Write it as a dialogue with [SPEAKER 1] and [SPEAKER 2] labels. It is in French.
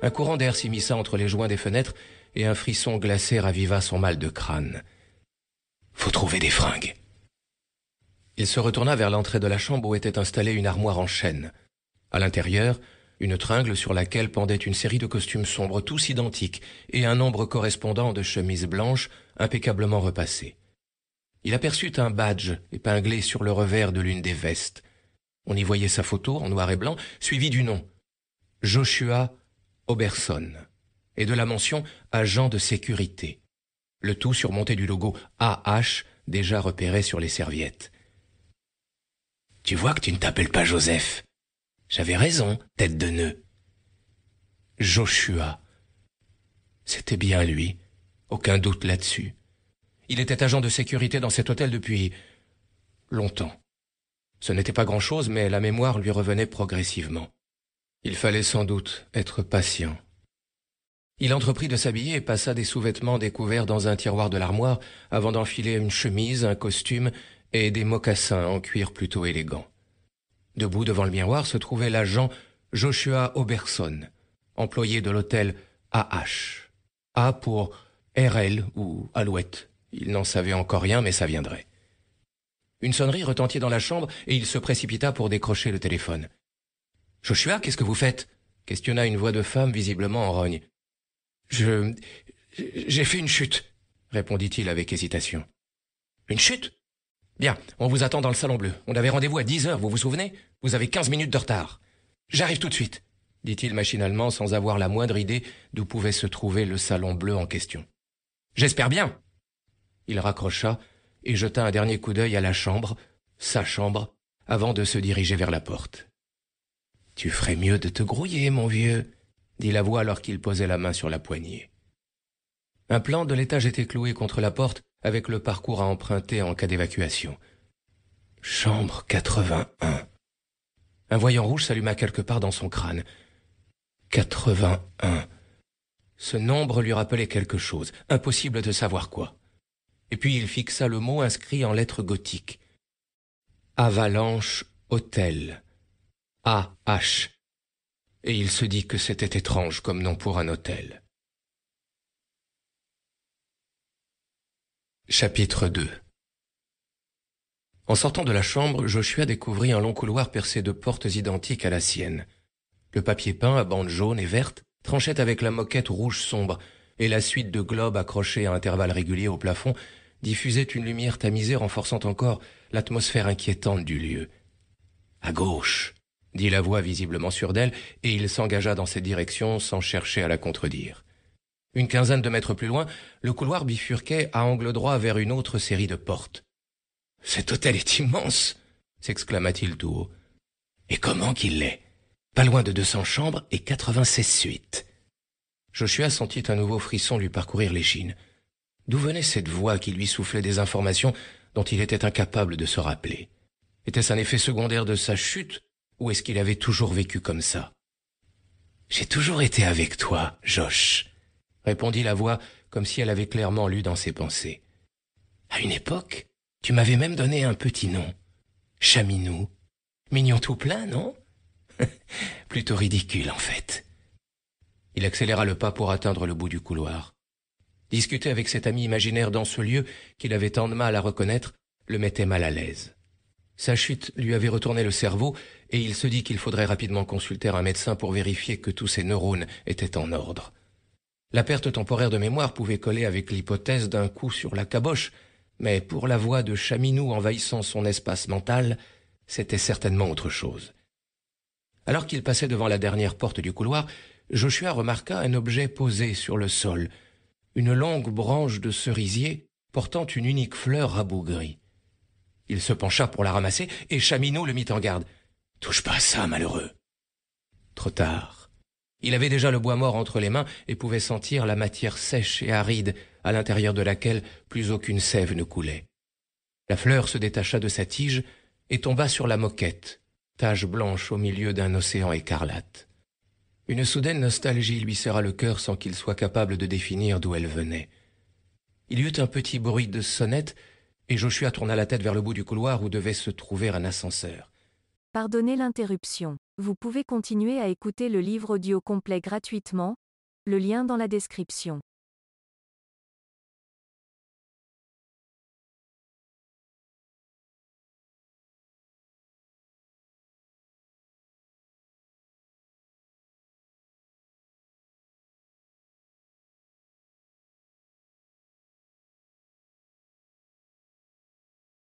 [SPEAKER 1] Un courant d'air s'immisça entre les joints des fenêtres et un frisson glacé raviva son mal de crâne. Faut trouver des fringues. Il se retourna vers l'entrée de la chambre où était installée une armoire en chêne. À l'intérieur, une tringle sur laquelle pendait une série de costumes sombres tous identiques et un nombre correspondant de chemises blanches impeccablement repassées. Il aperçut un badge épinglé sur le revers de l'une des vestes. On y voyait sa photo en noir et blanc, suivie du nom Joshua Oberson et de la mention agent de sécurité. Le tout surmonté du logo AH déjà repéré sur les serviettes. Tu vois que tu ne t'appelles pas Joseph. J'avais raison, tête de nœud. Joshua. C'était bien lui. Aucun doute là-dessus. Il était agent de sécurité dans cet hôtel depuis longtemps. Ce n'était pas grand-chose, mais la mémoire lui revenait progressivement. Il fallait sans doute être patient. Il entreprit de s'habiller et passa des sous-vêtements découverts dans un tiroir de l'armoire avant d'enfiler une chemise, un costume et des mocassins en cuir plutôt élégants. Debout devant le miroir se trouvait l'agent Joshua Oberson, employé de l'hôtel AH. A pour RL ou Alouette. Il n'en savait encore rien, mais ça viendrait. Une sonnerie retentit dans la chambre et il se précipita pour décrocher le téléphone. Joshua, qu'est-ce que vous faites questionna une voix de femme visiblement en rogne. Je. J'ai fait une chute, répondit-il avec hésitation. Une chute Bien, on vous attend dans le salon bleu. On avait rendez-vous à dix heures, vous vous souvenez Vous avez quinze minutes de retard. J'arrive tout de suite, dit-il machinalement sans avoir la moindre idée d'où pouvait se trouver le salon bleu en question. J'espère bien Il raccrocha et jeta un dernier coup d'œil à la chambre, sa chambre, avant de se diriger vers la porte. Tu ferais mieux de te grouiller, mon vieux, dit la voix alors qu'il posait la main sur la poignée. Un plan de l'étage était cloué contre la porte avec le parcours à emprunter en cas d'évacuation. Chambre 81. Un voyant rouge s'alluma quelque part dans son crâne. 81. Ce nombre lui rappelait quelque chose, impossible de savoir quoi. Et puis il fixa le mot inscrit en lettres gothiques. Avalanche Hôtel. A-H. Et il se dit que c'était étrange comme nom pour un hôtel. Chapitre 2 En sortant de la chambre, Joshua découvrit un long couloir percé de portes identiques à la sienne. Le papier peint à bandes jaunes et vertes tranchait avec la moquette rouge sombre, et la suite de globes accrochés à intervalles réguliers au plafond diffusait une lumière tamisée renforçant encore l'atmosphère inquiétante du lieu. À gauche, dit la voix visiblement sûre d'elle, et il s'engagea dans cette direction sans chercher à la contredire. Une quinzaine de mètres plus loin, le couloir bifurquait à angle droit vers une autre série de portes. Cet hôtel est immense s'exclama-t-il tout haut. Et comment qu'il l'est Pas loin de deux cents chambres et quatre-vingt-seize suites. Joshua sentit un nouveau frisson lui parcourir l'échine. D'où venait cette voix qui lui soufflait des informations dont il était incapable de se rappeler Était-ce un effet secondaire de sa chute ou est-ce qu'il avait toujours vécu comme ça J'ai toujours été avec toi, Josh, répondit la voix comme si elle avait clairement lu dans ses pensées. À une époque, tu m'avais même donné un petit nom. Chaminou. Mignon tout plein, non Plutôt ridicule, en fait. Il accéléra le pas pour atteindre le bout du couloir. Discuter avec cet ami imaginaire dans ce lieu qu'il avait tant de mal à reconnaître le mettait mal à l'aise. Sa chute lui avait retourné le cerveau et il se dit qu'il faudrait rapidement consulter un médecin pour vérifier que tous ses neurones étaient en ordre. La perte temporaire de mémoire pouvait coller avec l'hypothèse d'un coup sur la caboche, mais pour la voix de Chaminou envahissant son espace mental, c'était certainement autre chose. Alors qu'il passait devant la dernière porte du couloir, Joshua remarqua un objet posé sur le sol, une longue branche de cerisier portant une unique fleur rabougrie. Il se pencha pour la ramasser et Chaminou le mit en garde. Touche pas à ça, malheureux. Trop tard. Il avait déjà le bois mort entre les mains et pouvait sentir la matière sèche et aride à l'intérieur de laquelle plus aucune sève ne coulait. La fleur se détacha de sa tige et tomba sur la moquette, tache blanche au milieu d'un océan écarlate. Une soudaine nostalgie lui serra le cœur sans qu'il soit capable de définir d'où elle venait. Il y eut un petit bruit de sonnette et Joshua tourna la tête vers le bout du couloir où devait se trouver un ascenseur.
[SPEAKER 2] Pardonnez l'interruption. Vous pouvez continuer à écouter le livre audio complet gratuitement, le lien dans la description.